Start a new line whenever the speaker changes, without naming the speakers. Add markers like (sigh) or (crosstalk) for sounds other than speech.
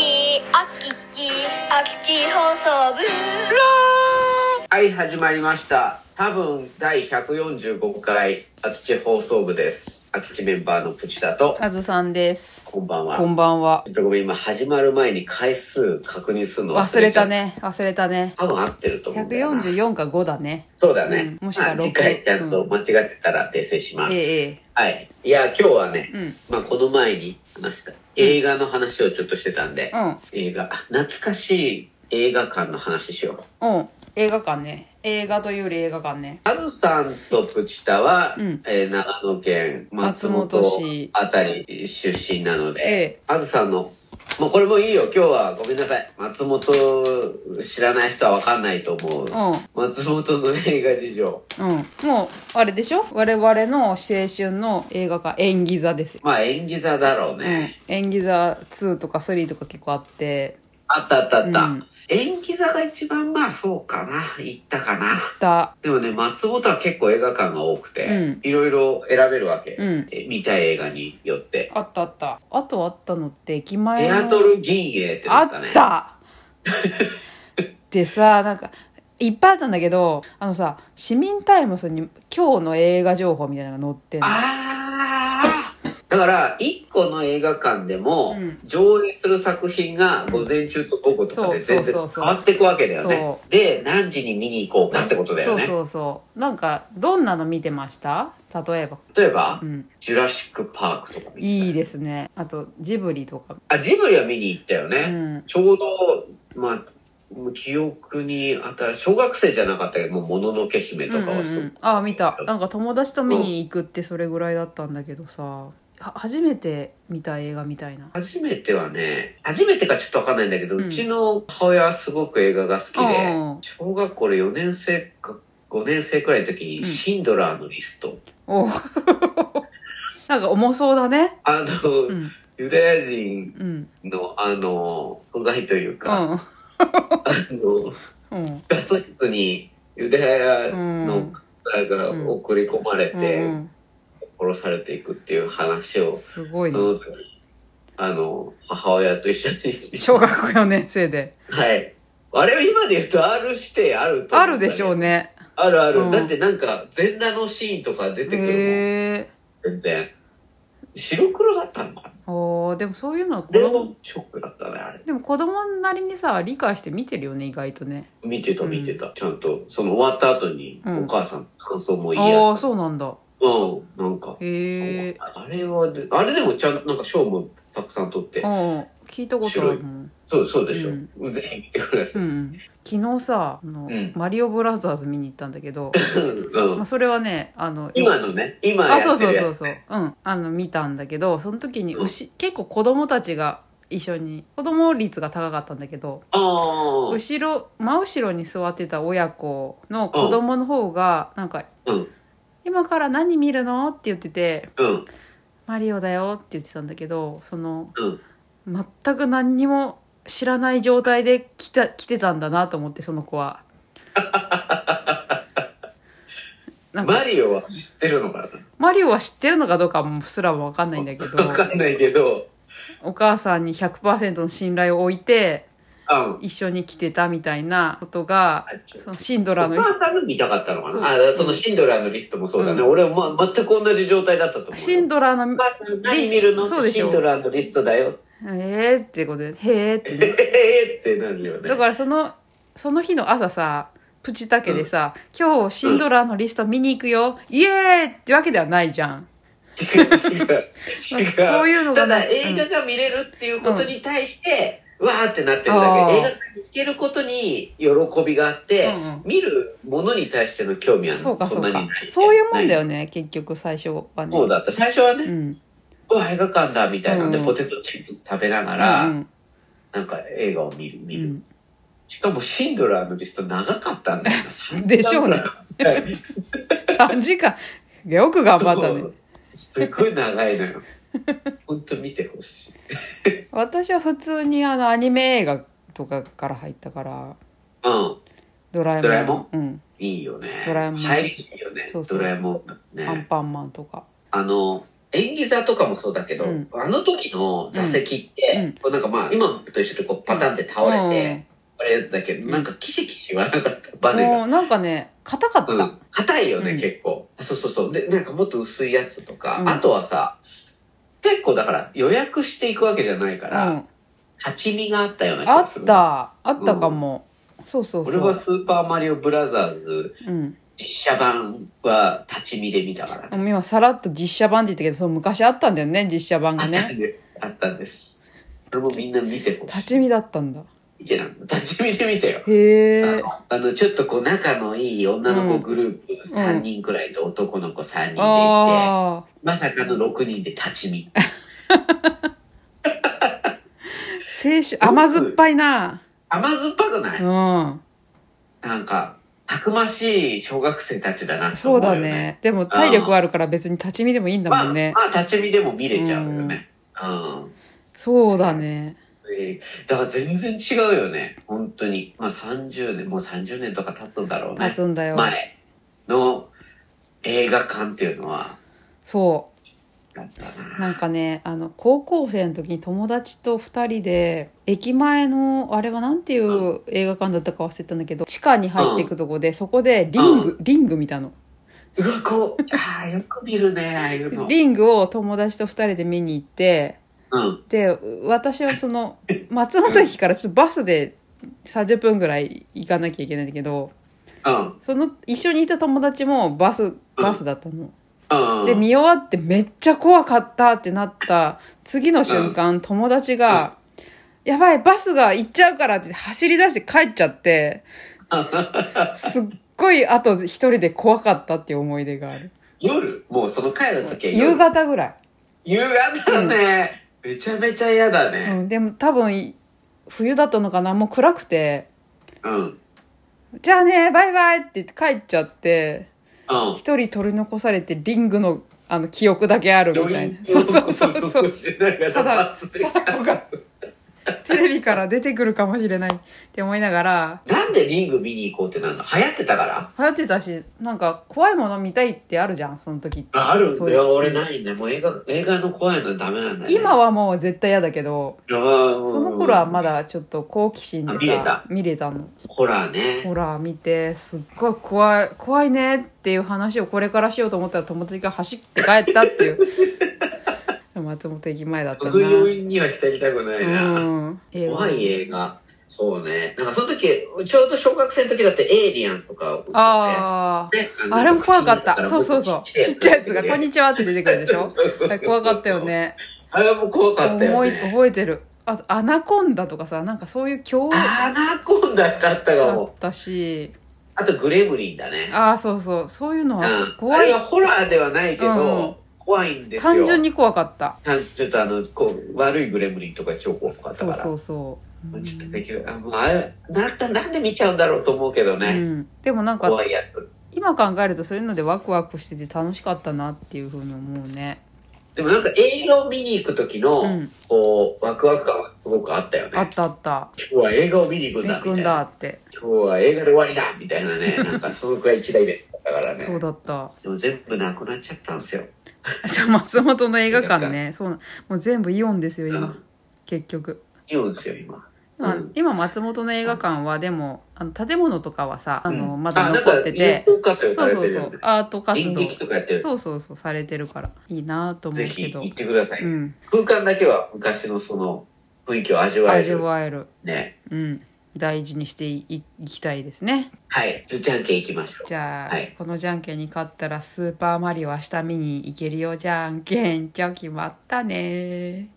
キッチ空き地放送部
はい、始まりました。多分、第145回、空き地放送部です。空き地メンバーのプチだと、
カズさんです。
こんばんは。
こんばんは
ち。ょっとごめん、今、始まる前に回数確認するの
忘れ
ちゃ
た
う。
ね。忘れたね。
多分合ってると思うんだよな。
144か5だね。
そうだね。
うんもしくは
まあ
六
次回、ちゃんと間違ってたら訂正します。
えええ
はい。いや、今日はね、
うん
まあ、この前に話した、映画の話をちょっとしてたんで、
うん
映画、あ懐かしい映画館の話しよう。
うん。映画館ね。映画というより映画館ね。
カズさんとプチタは、
うん
えー長野県松本
松本市
あたり出身なの
え
で、カズさんの、もうこれもいいよ、今日はごめんなさい。松本知らない人はわかんないと思う。
う
松本の映画事情。
うん。もう、あれでしょ我々の青春の映画館、演技座ですよ。
まあ演技座だろう
うん
ね。。
演技座2とか3とか結構あって、
あったあったあった。
うん
演技座が一番まあそうかな、行ったかな。
だ。
でもね、松本は結構映画館が多くて、
うん
いろいろ選べるわけ、
うん
え見たい映画によって。
あったあった。あとあったのって駅前
テ
の。
アトル銀営って
あ
な
っ
んかね。
た (laughs) でさなんかいっぱいあったんだけどあのさ市民タイムスに今日の映画情報みたいなのが載ってんの
ああだから、1個の映画館でも
うん、
上映する作品が午前中と午後とかで全然
そうそうそうそ
変
う
わっていくわけだよね
そ。
で、何時に見に行こうかってことだ
そ
よ
う
ね。
そうそうなんかどんなの見てました例えば、
例えば
う、ん、
ジュラシック・パークとか見に
いい
行っ
ですねあとジブリとか、
た。あ、ジブリは見に行ったよ
う
ね。
ん、
ちょうど、まあ、記憶にあったら、小学生じゃなかったけど、もう、もののけ姫とかはす
う
ごい
んうんうんあ見たなんか友達と見に行くってそれぐらいだったんだけどさは初めて見た映画みたいな
初めてはね、初めてかちょっとわかんないんだけど、うんちの母親はすごく映画が好きで
うん、
小学校で4年生か5年生くらいの時に、
ん
シンドラーのリスト。
おうなんか重そうだね
あの、
うん
ユダヤ人
うん
の、あの、不害という
う
か、
ん
あの、
うん
ガス室にユダヤの方が
うん
送り込まれ
う
て
ん、
殺されていくっていう話を、
すごい
そ
ね
の時、あの、母親と一緒に、
小学校4年生で
はい。あれを今で言うと R してあると思
あ
うんだけど
るでしょうね
あるある。
うん
だってなんか、全裸のシーンとか出てくるもん。
へえ
全然。白黒だったのかな
おーでもそういうのは子
これ
供
もショックだったね、あれ。
でも子供なりにさ理解して見てるよね意外とね
見てた
うん
見てた。ちゃんと、その終わった後に、
うん
お母さんの感想も言い合
あ
う。
あそうなんだ
うん、なんか。
へえ
そうあれはで、あれでもちゃんと、なんか賞もたくさん取って
う。ん聞いたことあるもん
そう、そうでしょ。
う
ぜひ見てくだ
う
さい。
ん昨日さあの、
うん
マリオブラザーズ見に行ったんだ
(laughs)
けど、
う
ま
ん
あ、。それはねあの
今のね、今や
あそ
っ
う
てる
そう
やつ。
そうそう、うん、あの見たんだけどその時に牛、結構子供たちが一緒に子供率が高かったんだけど
ああ。
後ろ真後ろに座ってた親子の子供の方がなんか
うん、
「今から何見るの?」って言ってて
うん、
「マリオだよ」って言ってたんだけどその
うん。
全く何にも知らない状態で来た来てたんだなと思ってその子
(laughs)
は。なんか
マリオは知ってるのか
マリオは知ってるのかどうかもすらも分かんないんだけど
なわかんないけど、
お母さんに100%の信頼を置いて
うん。
一緒に来てたみたいなことがそのシンドラ
お
の
母さんが見たかったのかなあ
そう
だからそのシンドラーのリストもそうだね。
うん
俺は、ま、全く同じ状態だったと思うよ。
シンドラの
お母さん何見るの
そうでし
シ
ょ
ンドラーのリストだよ。
えー、ってことで「へーっ
え
て、
えってなるよね。
だ
ら、
からそのその日の朝さプチタケでさ「今日シンドラーのリスト見に行くよ、イエーイ!」ってわけではないじゃん。
違う違う。違う。
そういうのが
ただ
うん
映画が見れるっていうことに対して、わーってなってるだけ。
あー
映画館に行けることに喜びがあって、
うんうん
見るものに対しての興味は
そ
そん
うかそう
な
か
にない。
そういうもんだよ
ね。
ね結局最初はね。
そうだった。最初はね、
うん
うわ、映画館だみたいなんで、
うん
ポテトチップス食べながら、
うん
なんか映画を見る、見
う
る。
ん
しかもシンドラーのリスト長かったんだよな3
(laughs) でしょうね3時間よく頑張ったね
そうすごい長いのよ。 (laughs) ほんと見てほしい。
私は普通にあのアニメ映画とかから入ったから
うん。
「ドラえもん」
ドラえもん
うん
いいよね。
ドラえもん
入りいいよね。
そうそう
ドラえもん。
アン
ね。
パンマン」とか
あの、演技座とかもそうだけど、
うん
あの時の座席って、
うん
こうなんかまあ今と一緒でこうパタンって倒れて、あれやつだけど、なんかキシキシ言わなかった、バネが。
もうなんかね硬かった、
うん、硬いよね、
うん
結構そうそうそうでなんかもっと薄いやつとか、
うん
あとはさ結構だから予約していくわけじゃないから、
うん
立ち見があったような気
あ
が
っ
する
たあったかも、そうそうそう
俺は「スーパーマリオブラザーズ
うん、」
実写版は立ち見で見たからね、
今さらっと実写版って言ったけどそう昔あったんだよね実写版が
あった
ね
んで (laughs) あったんです俺もみんな見てほしい
立ち見だったんだ
見てな立ち見で見たよ
へ
あ
え
のあのちょっとこう仲のいい女の子グループ3人くらいと男の子3人で行って、
ああ
まさかの6人で立ち見
青春甘酸っぱいな
甘酸っぱくない、
うん
なんか、たくましい小学生たちだなと
そう
思う
だ
よね。
ねでも体力あるから別に立ち見でもいいんだ
まあ、
もんね、
まあ、立ち見でも見れちゃうよね。うん。
そうだね
えーだから全然違うよね。本当に。まあ30年、もう30年とか経つんだろうね。
立つんだよ、
前の映画館っていうのは、
そ
だった
うなんかねあの高校生の時に友達と2人で駅前のあれはなんていう映画館だったか忘れたんだけど地下に入っていくとこでそこでリング、リング見たの
な。うわ、こう、ああ、よく見るね、ああいうの。
リングを友達と2人で見に行って
うん。
で私はそ (laughs) の松本駅からちょっとバスで30分ぐらい行かなきゃいけないんだけど
うん。
その一緒にいた友達もバスバスだったの。
うん。
で見終わってめっちゃ怖かったってなった次の瞬間友達が「やばいバスが行っちゃうから」って走り出して帰っちゃって
(laughs)
すっごいあと一人で怖かったっていう思い出がある
夜もうその帰る時は夜
夕方ぐらい、
夕方だね。めちゃめちゃ嫌だ
う
ね。
ん、でも多分い冬だったのかなもう暗くて
うん。うん。
「じゃあねバイバイ」って言って帰っちゃって一人取り残されてリングのあの記憶だけあるみたいなそうそうそうそうただ貞子がテレビから出てくるかもしれないって思いながら
なんでリング見に行こうってなるの流行ってたから
流行ってたしなんか怖いもの見たいってあるじゃんその時って
あある
そう
いや、俺ないね。もう映画、映画の怖いのはダメなんだね。
今はもう絶対嫌だけどそ
そ
の頃はま。だちょっと好奇心で
あ
さ
見れた
見れたの
ホラーね。
ほら見てすっごい怖い怖いねっていう話をこれからしようと思ったら友達が走って帰ったっ
(laughs)
ていう松本駅前だった
そ
な
の要因には浸りたくないうな。
ん映画
怖い映画。そうね。なんかその時、ちょうど小学生の時だってエイリアンとかを
ああ
ねの
あれも怖かった。そうそうそう。
口に
ちっちゃいやつが、こんにちはって出てくるでしょ
そうそうそうそう
あれ怖かったよね。
あれも怖かったよ
覚え
ね。
覚えてる。あと、アナコンダとかさ、なんかそういう恐怖
アナコンダってあったか
あ
も
っ。たし、
あとグレムリンだね。
ああ、そうそう。そういうの
う
は
ん、
怖
あ
い
れは。ホラーではないけど、
うん
怖いんですよ
単純に怖かった。
単ちょっとあのこう悪いグレムリンとか超怖かった
そ
か
う
ら
そうそう。
ちょっとできるあもうあれなんだなんで見ちゃうんだろうと思うけど
う
ね、
ん、でもなんか
怖いやつ
今考えるとそういうのでワクワクしてて楽しかったなっていうふうに思うね
でもなんか映画を見に行く時の、
うん
こうワクワク感はすごくあったよ
あっ
ね
たあった
今日は映画を見に行くんだみ
行く
たい
ん
な
だって
今日は映画で終わりだみたいなねなんかそのくらい一大イベントだからね
そうだった (laughs)
でも全部なくなっちゃったんですよ
じゃあ松本の映画館ねそうなもう全部イオンですよ今、
うん
結局、
いいんですよ今、
まあ
うん
今松本の映画館はでもあの建物とかはさあの、
うん
まだ残って
あ
て
なんか有効活用さ
そう
れて
そ
る
う
よね
そうアート活
演
動
劇とかやってる
そうそうそうされてるからいいなと思う
ぜ
け
ひ
ど
行ってください、
うん
空間だけは昔のその雰囲気を味わえ
味
る
わえる
ね
うん大事にしていいいきたいですね
はいじゃあじゃんけんいきましょう
じゃあ、
はい
このじゃんけんに勝ったら「スーパーマリオ明日見に行けるよじゃんけんちょきまったね